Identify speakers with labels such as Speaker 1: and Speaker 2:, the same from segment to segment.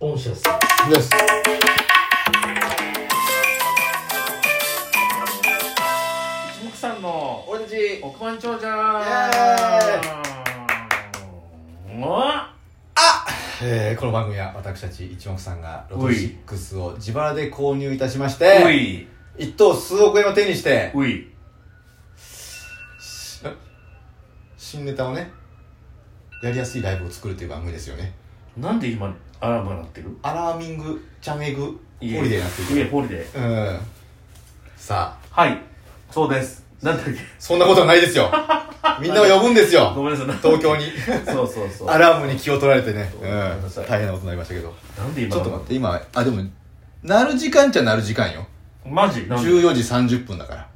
Speaker 1: 御社さん
Speaker 2: です
Speaker 3: 一目散の
Speaker 1: オレンジ
Speaker 3: 億万長者
Speaker 1: エ
Speaker 3: うわ
Speaker 2: えーこの番組は私たち一目さんがロト
Speaker 3: うい
Speaker 2: 6を自腹で購入いたしまし
Speaker 3: う
Speaker 2: て
Speaker 3: い
Speaker 2: 一等数億円を手にして
Speaker 3: うい
Speaker 2: 新ネタをねやりやすいライブを作るという番組ですよね
Speaker 3: なんで今アラブになってる
Speaker 2: アラーミングチャンエグホ
Speaker 3: い
Speaker 2: リデ
Speaker 3: え
Speaker 2: ーになってい
Speaker 3: いえ
Speaker 2: る
Speaker 3: ホリデー
Speaker 2: うんさあ
Speaker 3: はいそうですなんだっけ
Speaker 2: そんなことはないです よみんなを呼ぶんですよ
Speaker 3: ごめんなさい
Speaker 2: 東京に
Speaker 3: そうそうそう
Speaker 2: アラームに気を取られてね、うん、
Speaker 3: ごめんなさい
Speaker 2: 大変なことになりましたけど
Speaker 3: なんで今
Speaker 2: ちょっと待って今あでもなる時間っちゃなる時間よ
Speaker 3: マジなんで
Speaker 2: 14時30分だから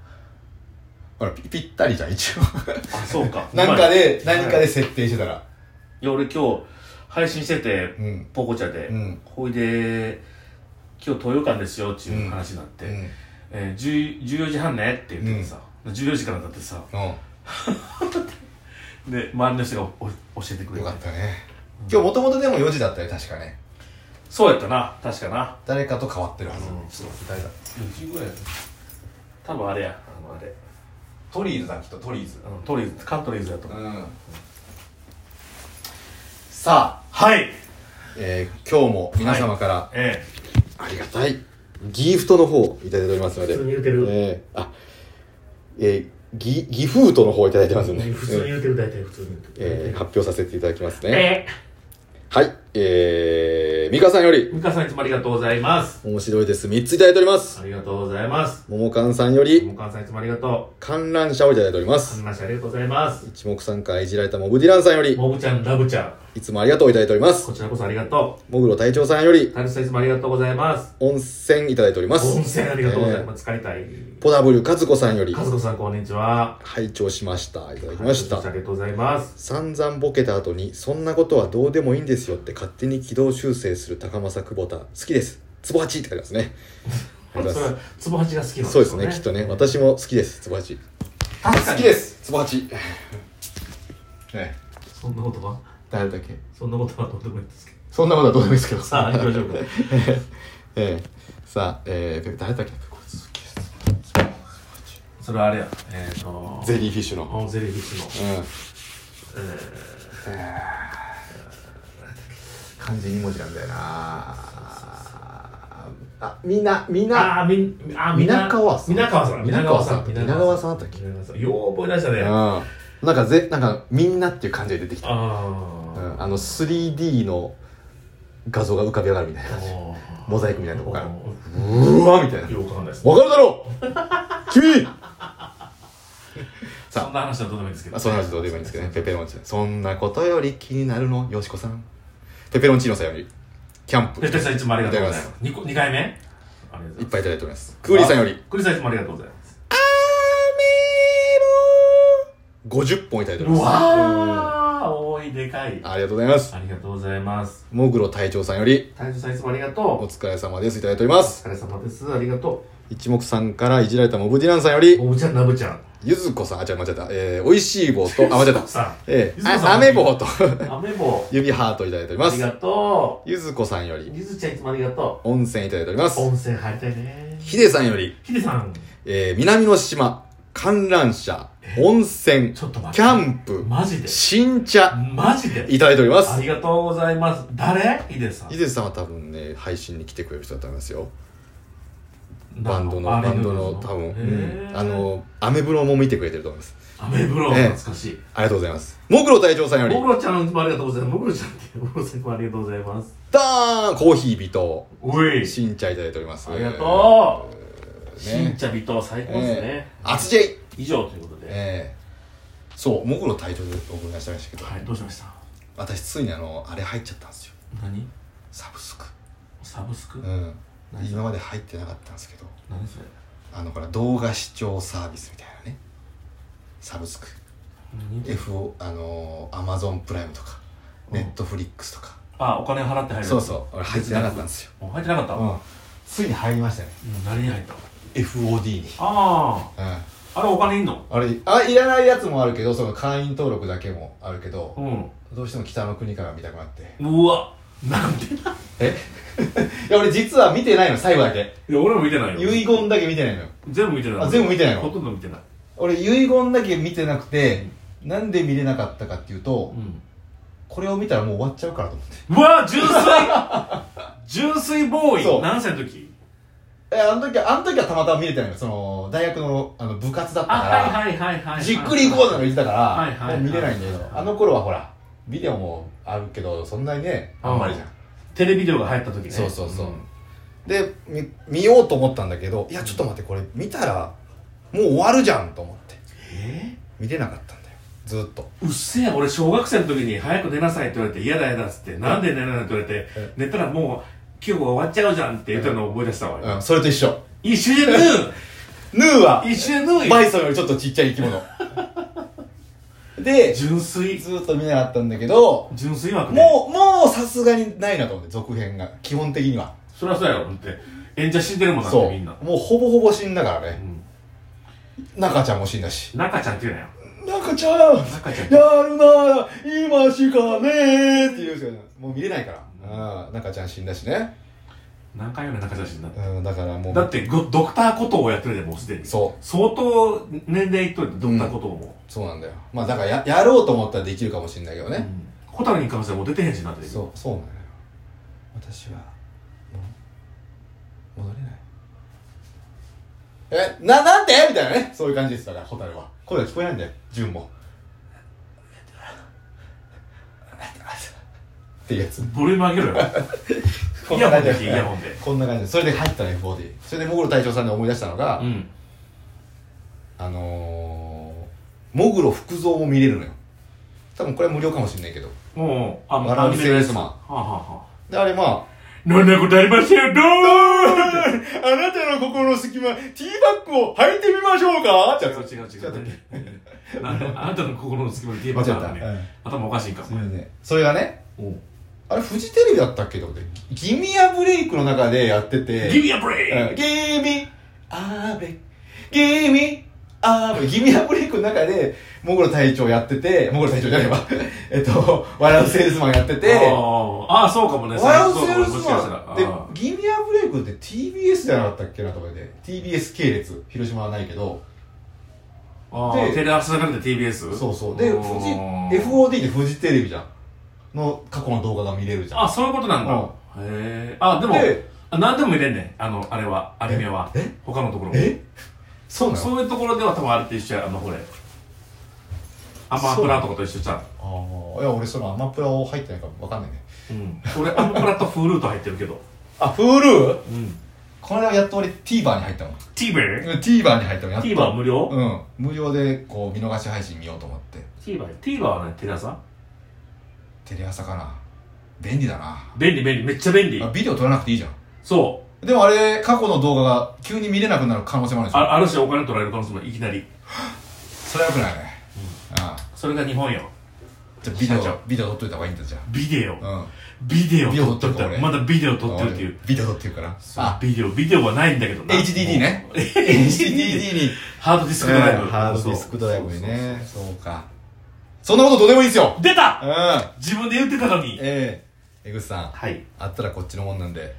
Speaker 2: ほらぴぴったりじゃん一応
Speaker 3: あそうか
Speaker 2: なんかで何か
Speaker 3: はい
Speaker 2: で設定してたら
Speaker 3: いや俺今日配信してて
Speaker 2: うん
Speaker 3: ポコチャで
Speaker 2: うん
Speaker 3: ほいで今日東洋館ですよっていう話になって、
Speaker 2: うん
Speaker 3: えー、10 14時半ねって言ってさ、14時からだってさで周りの人がおお教えてく
Speaker 2: うん
Speaker 3: れ
Speaker 2: よ
Speaker 3: て
Speaker 2: かったね今日もともとでも4時だったよ確かね
Speaker 3: そうやったな確かな
Speaker 2: 誰かと変わってるはず、
Speaker 3: うん
Speaker 2: ちょっと待って誰だ
Speaker 3: 時ぐらい多分あれやあのあれ
Speaker 2: トリーズだきっとトリーズ
Speaker 3: あのトリーズカントリーズやと思う、
Speaker 2: うんさあ、
Speaker 3: はい
Speaker 2: えー、今日も皆様から、
Speaker 3: え
Speaker 2: ありがたいギフトの方をいただいておりますので
Speaker 1: 普通に言うてる
Speaker 2: えー、あえー、ギギフートの方をいただいてますので、
Speaker 1: 普通に言うてる大体普通に言うてる
Speaker 2: えー発表させていただきます
Speaker 3: え
Speaker 2: ね。
Speaker 3: え
Speaker 2: はい。えー、ミカさんよ
Speaker 3: え
Speaker 2: り、
Speaker 3: 美香さんいつもありがとうございます
Speaker 2: 面白いです。3ついただいております。
Speaker 3: ありがとうございます
Speaker 2: ももかんさんよ
Speaker 3: お
Speaker 2: り、
Speaker 3: 母さんいつもありがと
Speaker 2: 観覧車をいただいておりま
Speaker 3: う
Speaker 2: す。
Speaker 3: 話ありがとうございます
Speaker 2: 一目散からいじられたモブディランさんより、
Speaker 3: モブちゃんラブちゃん
Speaker 2: いつもありがとういただいております。
Speaker 3: こちらこそありがと
Speaker 2: もぐろ隊長さんより
Speaker 3: う、タルさんいつもありがとうございます
Speaker 2: 温泉いただいております
Speaker 3: 温。泉ありがとうございます、疲れたい
Speaker 2: ポダブルかずこさんより
Speaker 3: 和、子さんこんにちは
Speaker 2: 拝聴しました。いただきまし
Speaker 3: は
Speaker 2: た
Speaker 3: いあ。りがとうございます
Speaker 2: 散々ボケた後に、そんなことはどうでもいいんですよって勝手に軌道修正する高政久保田、好きです。ツボ八って書いてます ね。あり
Speaker 3: それ
Speaker 2: がとうござい
Speaker 3: は
Speaker 2: ま。
Speaker 3: つぼはちが好きなんですす
Speaker 2: そう
Speaker 3: よ
Speaker 2: ですね、きっとね。私も好きです、ツボ八。
Speaker 3: 確かに
Speaker 2: す、ツボ八。え、
Speaker 3: そんなことは
Speaker 2: 誰だっけ
Speaker 3: そんなことはどうでもいいんですけど
Speaker 2: そんなことはどうでもいいですけど。
Speaker 3: さあ行きましょうか
Speaker 2: ええ、さあ、えー、誰だっけこいつ好きです
Speaker 3: それはあれやえっ、ー、と
Speaker 2: ゼリーフィッシュの。
Speaker 3: オンゼリフィッシュの
Speaker 2: うん。
Speaker 3: え
Speaker 2: 漢字二文字なんだよなあ、みんな、みん
Speaker 3: ー、
Speaker 2: な。
Speaker 3: あーみんあーみ
Speaker 2: 皆川さん
Speaker 3: 皆川さん
Speaker 2: 皆川さん
Speaker 3: 皆
Speaker 2: 皆川さんだったっけ
Speaker 3: 皆川さんよう覚え出したねあ
Speaker 2: うん。なんかぜ、なんか、みんなっていう感じで出てきた。
Speaker 3: あ
Speaker 2: うんあの 3D の画像が浮かび上がるみたいな感じモザイクみたいなとこから
Speaker 3: ら
Speaker 2: うわみたいな
Speaker 3: よくわかんないです
Speaker 2: わかるだろう君さあ
Speaker 3: そんな話はどうでもいいんですけど
Speaker 2: あそんな話どうでもいいんですけどねペペロンチーノそんなことより気になるのよしこさんペペロンチーノさんよりキャンプ
Speaker 3: ペッテさんいつもありがとうござい
Speaker 2: い
Speaker 3: ます二個二回目ありがとうござい
Speaker 2: っ
Speaker 3: ます
Speaker 2: ぱいいただいておりますクーリーさんより
Speaker 3: クリさんいつもありがとうございます
Speaker 2: アメロ50本いただいており
Speaker 3: う
Speaker 2: ます
Speaker 3: わー多いでかい
Speaker 2: ありがとうございます
Speaker 3: ありがとうございます
Speaker 2: もぐろ隊長さんより
Speaker 3: 大将さんいつもありが
Speaker 2: お
Speaker 3: と
Speaker 2: 疲れ様ですいただいておりま
Speaker 3: うお
Speaker 2: す
Speaker 3: 疲れ様ですありがと
Speaker 2: 一目さんからいじられたモブディランさんよ
Speaker 3: う
Speaker 2: り
Speaker 3: おぶちゃんなぶちゃん
Speaker 2: ゆずこさんあ違う間違えたえー、おいしい棒とあ間違えた
Speaker 3: さ
Speaker 2: ええ
Speaker 3: ゆずこさん
Speaker 2: あ、アメボと
Speaker 3: んアメボ
Speaker 2: 指ハートいただいておりま
Speaker 3: あり
Speaker 2: す
Speaker 3: が。と
Speaker 2: ゆずこさんより
Speaker 3: うリズちゃんいつもありがと
Speaker 2: 温泉いただいておりま
Speaker 3: う
Speaker 2: す。
Speaker 3: 温泉入りたいね
Speaker 2: ヒデさんより、
Speaker 3: ヒデさん
Speaker 2: えー、南の島、観覧車、温泉、
Speaker 3: ちょっと待って
Speaker 2: キャンプ、
Speaker 3: マジで
Speaker 2: 新茶、
Speaker 3: マジで
Speaker 2: いただいておりま
Speaker 3: あ
Speaker 2: す。
Speaker 3: りがとうございます誰ヒデさん
Speaker 2: ヒデさんは多分ね、配信に来てくれる人だと思いますよ。バンドの、
Speaker 3: あ
Speaker 2: バンドの
Speaker 3: アメブ
Speaker 2: 多
Speaker 3: ロ
Speaker 2: 分、
Speaker 3: へ
Speaker 2: う
Speaker 3: ー
Speaker 2: んあの、アメブロも見てくれてると思います。
Speaker 3: アメブロ
Speaker 2: ええ
Speaker 3: 懐かしい
Speaker 2: ありがとうございます。もぐろ隊長さんより
Speaker 3: も、ぐろちゃんいつもありがとうございますもぐろちゃんってもぐろさんいつもありがとうございます
Speaker 2: ダーンコーヒー人、
Speaker 3: おい
Speaker 2: 新茶いただいております。
Speaker 3: ありがとう
Speaker 2: ね
Speaker 3: 新茶人は最高です
Speaker 2: え
Speaker 3: ね
Speaker 2: ー、あつじい
Speaker 3: 以上ということで
Speaker 2: ええそう、もぐろ隊長でお伺いしましたけど、
Speaker 3: はいどうしました
Speaker 2: 私ついにあの、あれ入っちゃったんですよ。
Speaker 3: 何
Speaker 2: サブスク。
Speaker 3: サブスク
Speaker 2: うん。
Speaker 3: 何
Speaker 2: 今まで入ってなかったんですけど、
Speaker 3: 何それ
Speaker 2: あの、ほら、動画視聴サービスみたいなね。サブスク。
Speaker 3: 何
Speaker 2: FO、あのー、アマゾンプライムとか、
Speaker 3: うん
Speaker 2: ネットフリックスとか。
Speaker 3: あお金払って入る
Speaker 2: そうそう、俺入ってなかったんですよ。
Speaker 3: う入ってなかった
Speaker 2: うん。ついに入りましたね。
Speaker 3: うん何に入った
Speaker 2: FOD に。
Speaker 3: あ
Speaker 2: うん。
Speaker 3: ああれお金いんの
Speaker 2: あれ、あ、いらないやつもあるけど、その会員登録だけもあるけど
Speaker 3: う、ん
Speaker 2: どうしても北の国から見たくなって。
Speaker 3: うわなんでな
Speaker 2: え いや俺実は見てないの最後だけ
Speaker 3: いや、俺も見てないよ。
Speaker 2: 遺言だけ見てないのよ
Speaker 3: 全部見てない。
Speaker 2: あ全部見てないの
Speaker 3: ほとんど見てない。
Speaker 2: 俺遺言だけ見てなくて、なんで見れなかったかっていうと、
Speaker 3: うん。
Speaker 2: これを見たらもう終わっちゃうからと思って
Speaker 3: うわ 純粋純粋ボー
Speaker 2: そう
Speaker 3: イ何歳の時
Speaker 2: えあの時はあの時はたまたま見れてないのよその大学のあの部活だったか
Speaker 3: あ、
Speaker 2: ら、
Speaker 3: はいはいはいはい。
Speaker 2: じっくり行こうとか言ってたから、
Speaker 3: はいはいはい
Speaker 2: もう見れないんだけど、あの頃はほらビデオもあるけどそんなにねあんまりじゃん、
Speaker 3: テレビ量が入った時ね。
Speaker 2: そうそうそう、
Speaker 3: ん
Speaker 2: でみ見ようと思ったんだけどいやちょっと待ってこれ見たらもう終わるじゃんと思って
Speaker 3: え
Speaker 2: 見れなかったんだよずっと
Speaker 3: ーうっせえ、俺小学生の時に早く寝なさいって言われて嫌だ嫌だっつって、なんで寝ないのって言われて
Speaker 2: うん、
Speaker 3: 寝たらもう今日終わっちゃうじゃんって言ったのを思い出したわ。
Speaker 2: うんそれと一緒
Speaker 3: 一緒じゃぬ
Speaker 2: ヌーは
Speaker 3: ー一緒じゃぬー
Speaker 2: バ
Speaker 3: よ
Speaker 2: イソンよりちょっとちっちゃい生き 物でず
Speaker 3: 純粋、
Speaker 2: っと見なかったんだけど
Speaker 3: 純粋枠ね。
Speaker 2: もうもうさすがにないなと思って続編が基本的には
Speaker 3: そりゃそうやろ、だって。演者死んでるもんだっ
Speaker 2: そ
Speaker 3: て
Speaker 2: う
Speaker 3: みんな。
Speaker 2: もうほぼほぼ死んだから
Speaker 3: う
Speaker 2: ね
Speaker 3: ん
Speaker 2: 中ちゃんも死んだし
Speaker 3: 中ちゃんって言うなよ。
Speaker 2: 中ちゃん
Speaker 3: 中ちゃん。
Speaker 2: やるなら今しかねえって言うしかないもう見れないからうん中ちゃん死んだしね
Speaker 3: 何回目の中ちゃん死んだ
Speaker 2: うんだからもう
Speaker 3: だってごドクターことをやってるでもうすでに
Speaker 2: そう
Speaker 3: 相当年齢いっとるドクターことをも
Speaker 2: そうなんだよまあだからややろうと思ったらできるかもしれないけど
Speaker 3: う、
Speaker 2: ね、
Speaker 3: ホタルに関してはもう出てへんしなって
Speaker 2: そうそうなのよ私はもう戻れないえななんでみたいなねそういう感じでしたから蛍は声が聞こえないんだよ純もっていうやつ
Speaker 3: ボリューム上げろよ イヤホンで聞いイヤホンで
Speaker 2: こんな感じでそれで入ったの F40 それでモグロ隊長さんで思い出したのが、
Speaker 3: うん
Speaker 2: あのー、モグロ福蔵も見れるのよ多分これは無料かもしれないけど
Speaker 3: もうあ
Speaker 2: バランスセールスマン
Speaker 3: はあ、はあ は
Speaker 2: であれまあ
Speaker 3: あ、なんなことありませんよど う
Speaker 2: あなたの心の隙間、ティーバッグを履いてみましょうかって
Speaker 3: 違
Speaker 2: や
Speaker 3: う
Speaker 2: つ。
Speaker 3: 違
Speaker 2: 違っ
Speaker 3: う
Speaker 2: たっ
Speaker 3: 違うなんであなたの心の隙間にティー
Speaker 2: 間
Speaker 3: バ
Speaker 2: 違
Speaker 3: ッ
Speaker 2: っ
Speaker 3: グあ
Speaker 2: た。
Speaker 3: るね頭おかしいんか
Speaker 2: すみません。それがね、
Speaker 3: おう
Speaker 2: あれフジテレビだったっけど、ギミアブレイクの中でやってて、
Speaker 3: ギビアブレ
Speaker 2: う
Speaker 3: イ
Speaker 2: んギミアブレイク、ギミアブレイク、ギミアブレイクの中で、モグロ隊長やってて、モグロ隊長じゃねえわ。えっと、笑うセールスマンやってて、
Speaker 3: ああそうかもね
Speaker 2: 笑う
Speaker 3: そう
Speaker 2: セ
Speaker 3: か
Speaker 2: ー
Speaker 3: も
Speaker 2: ル
Speaker 3: ね
Speaker 2: ス
Speaker 3: もしかし
Speaker 2: マンで
Speaker 3: たら
Speaker 2: ギミアブレイクって TBS じゃなかったっけなとかで TBS 系列広島はないけど
Speaker 3: あ
Speaker 2: で
Speaker 3: あテレ朝じゃなくて TBS
Speaker 2: そうそうで富士
Speaker 3: あー
Speaker 2: FOD ってフジテレビじゃんの過去の動画が見れるじゃん
Speaker 3: あ、そういうことなんだ。
Speaker 2: うん
Speaker 3: へえ。あ、でも、
Speaker 2: で
Speaker 3: あ何でも見れんねん。あの、あれは、アニメは。
Speaker 2: え
Speaker 3: 他のところも。
Speaker 2: えそうなの
Speaker 3: そういうところでは多分あれと一緒や。あの、ほれ。アマプラとかと一緒じゃん。
Speaker 2: ああいや俺そのアマプラを入ってないから分かんないね
Speaker 3: うん。俺、アマプラとフルート入ってるけど。
Speaker 2: あ Hulu?
Speaker 3: うん。
Speaker 2: この間やっと俺 TVer に入ったの
Speaker 3: TVer?TVer
Speaker 2: TVer に入ったのやっと
Speaker 3: 無料
Speaker 2: うん無料でこう見逃し配信見ようと思って
Speaker 3: ?TVer。TVer はね、テレ朝
Speaker 2: テレ朝かな便利だな
Speaker 3: 便利便利。めっちゃ便利
Speaker 2: あ。ビデオ撮らなくていいじゃん
Speaker 3: そう。
Speaker 2: でもあれ過去の動画が急に見れなくなる可能性もあるでしょ
Speaker 3: ああるし、お金取られる可能性もいきなり。
Speaker 2: それはよくないね、ああ
Speaker 3: それが日本よ。
Speaker 2: じゃあビデ
Speaker 3: 社
Speaker 2: オ
Speaker 3: 長
Speaker 2: ビデオ撮っといた方がいいんだじゃ
Speaker 3: ビデオ。
Speaker 2: あ
Speaker 3: ビデオ
Speaker 2: ビデオ
Speaker 3: 撮
Speaker 2: 撮
Speaker 3: っ
Speaker 2: っててるか
Speaker 3: るっ
Speaker 2: ら
Speaker 3: て。まだビデオ
Speaker 2: うん
Speaker 3: 撮ってるっていう。
Speaker 2: ビデオ撮ってるから
Speaker 3: そうビデオ、ビデオはないんだけどな。
Speaker 2: HDD ね HDD に
Speaker 3: ハードディスクドライブ。
Speaker 2: ハードディスクドライブにねそうかそんなことどうでもいいですよ
Speaker 3: 出
Speaker 2: う
Speaker 3: た
Speaker 2: ん
Speaker 3: 自分で言ってたのに。
Speaker 2: ええ江口さん
Speaker 3: はい。
Speaker 2: あったらこっちのもんなんで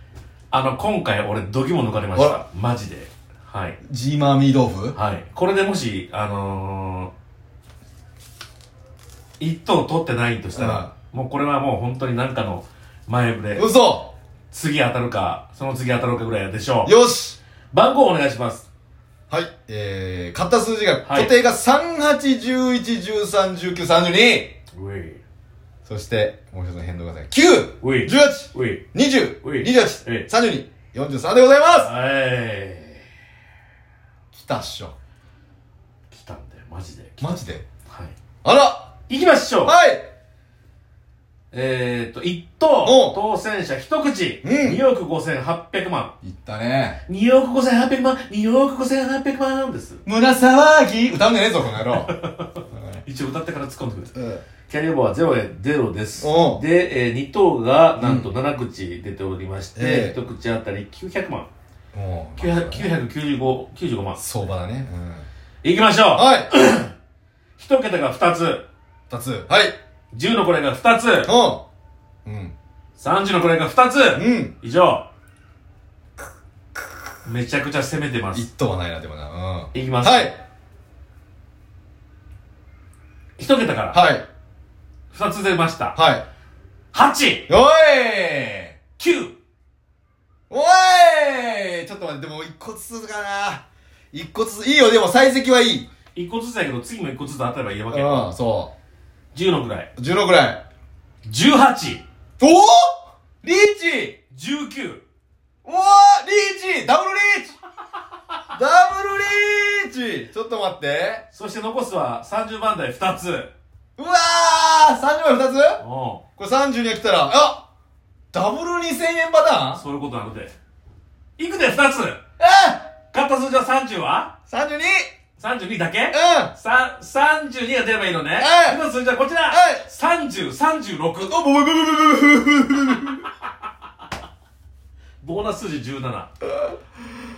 Speaker 3: あの、今回俺、度肝抜かれまし
Speaker 2: あ
Speaker 3: た。マジで。はい。
Speaker 2: ジーマーミー豆腐
Speaker 3: はい。これでもし、あのー、一等取ってないとしたら、もうこれはもう本当になんかの前触れ、
Speaker 2: 嘘
Speaker 3: 次当たるか、その次当たるかぐらいでしょう。
Speaker 2: よし
Speaker 3: 番号お願いします。
Speaker 2: はいえー、買った数字が
Speaker 3: はい
Speaker 2: 固定が3811131932
Speaker 3: ウェイ。
Speaker 2: そしてもう一つの変動がね9
Speaker 3: ウェイ。
Speaker 2: 18
Speaker 3: ウェイ。
Speaker 2: 20、
Speaker 3: うい
Speaker 2: 28、
Speaker 3: ええ
Speaker 2: 32、43でございま
Speaker 3: はい。
Speaker 2: す来たっしょ。
Speaker 3: 来たんだよ、マジで。
Speaker 2: マジで
Speaker 3: はい。
Speaker 2: あら
Speaker 3: 行きましょう
Speaker 2: はい
Speaker 3: えー、っと、一
Speaker 2: お
Speaker 3: 等、当選者一口、
Speaker 2: うん
Speaker 3: 2億5800万。
Speaker 2: いったね。
Speaker 3: 2億5800万、2億5800万です。
Speaker 2: 胸騒ぎ歌うんじゃねえぞ、この野 郎。
Speaker 3: 一応歌ってから突っ込んでくれ。
Speaker 2: うん
Speaker 3: キャリアボーは0円0です
Speaker 2: お。う
Speaker 3: で、えー、2等がなん
Speaker 2: う
Speaker 3: と7口出ておりまして、
Speaker 2: ええ
Speaker 3: 一口あたり900万。
Speaker 2: もう、
Speaker 3: 900 995、95万。
Speaker 2: 相場だね。うん
Speaker 3: 行きましょう
Speaker 2: はい。
Speaker 3: 一桁が2つ。
Speaker 2: 二つ。はい。
Speaker 3: 10のこれが2つ。
Speaker 2: おうん。うん。
Speaker 3: 3時の位が2つ
Speaker 2: うん
Speaker 3: 以上めちゃくちゃ攻めてます
Speaker 2: 一等はないなでもなうん
Speaker 3: いきます
Speaker 2: はい
Speaker 3: 一桁から
Speaker 2: はい
Speaker 3: 2つ出ました
Speaker 2: はい
Speaker 3: 8
Speaker 2: おい
Speaker 3: 9
Speaker 2: おいちょっと待ってでも一個ずつかな一個ずついいよでも採石はいい
Speaker 3: 一個ずつだけど次も一個ずつ当たればいいわ
Speaker 2: う
Speaker 3: け
Speaker 2: んそ
Speaker 3: 10の位
Speaker 2: う16ぐらい
Speaker 3: 1819
Speaker 2: おおリーチおおリーチダブルリーチダブルリーチちょっと待って
Speaker 3: そして残すは30番台2つ
Speaker 2: うわー !30 枚2つ
Speaker 3: おう
Speaker 2: これ32が来たら、あダブル2000円パターン
Speaker 3: そういうことなのでいくで2つ
Speaker 2: あ
Speaker 3: 買った数字は30は
Speaker 2: !32!
Speaker 3: 32だけ
Speaker 2: う
Speaker 3: さ32が出ればいいのね。
Speaker 2: はい
Speaker 3: 今の数字はこちら
Speaker 2: はい。
Speaker 3: 30、36。
Speaker 2: んおぼぼぼぼぼぼぼぼ
Speaker 3: ボーナス数字17。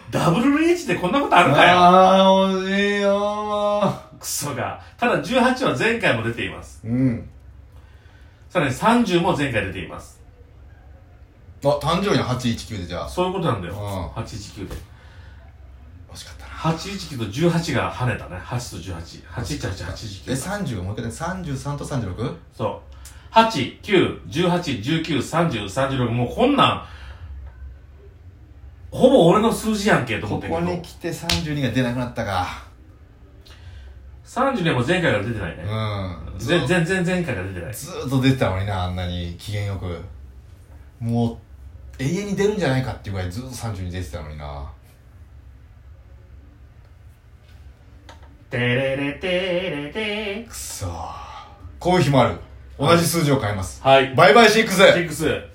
Speaker 3: ダブルリーチでこんなことあるかよ。
Speaker 2: あー、惜しいよ
Speaker 3: クソが。ただ18は前回も出ています。
Speaker 2: ーうん。
Speaker 3: さらに30も前回出ています。
Speaker 2: あ、誕生日の819でじゃあ。
Speaker 3: そういうことなんだよ
Speaker 2: うん。
Speaker 3: 819で。
Speaker 2: 惜しかったな。
Speaker 3: 819と18が跳ねたね。8と18。818、
Speaker 2: え、
Speaker 3: 819。
Speaker 2: 30もう一回ね、33と 36?
Speaker 3: そう。8、9、18、19、30、36。もうこんなん、ほぼ俺の数字やんけと思
Speaker 2: こ
Speaker 3: ってんけ
Speaker 2: こ
Speaker 3: ど。
Speaker 2: に来て32が出なくなったか。
Speaker 3: 30年も前回から出てないね。
Speaker 2: うん。ず
Speaker 3: 全
Speaker 2: っと、
Speaker 3: 然前回から出てない。
Speaker 2: ずーっと出てたのにな、あんなに機嫌よく。もう、永遠に出るんじゃないかっていうぐらいずーっと32出てたのにな。
Speaker 3: てれれてれて
Speaker 2: くそーこういう日もある同じ数字を変えます
Speaker 3: はい。
Speaker 2: バイバイシックス
Speaker 3: チェックス。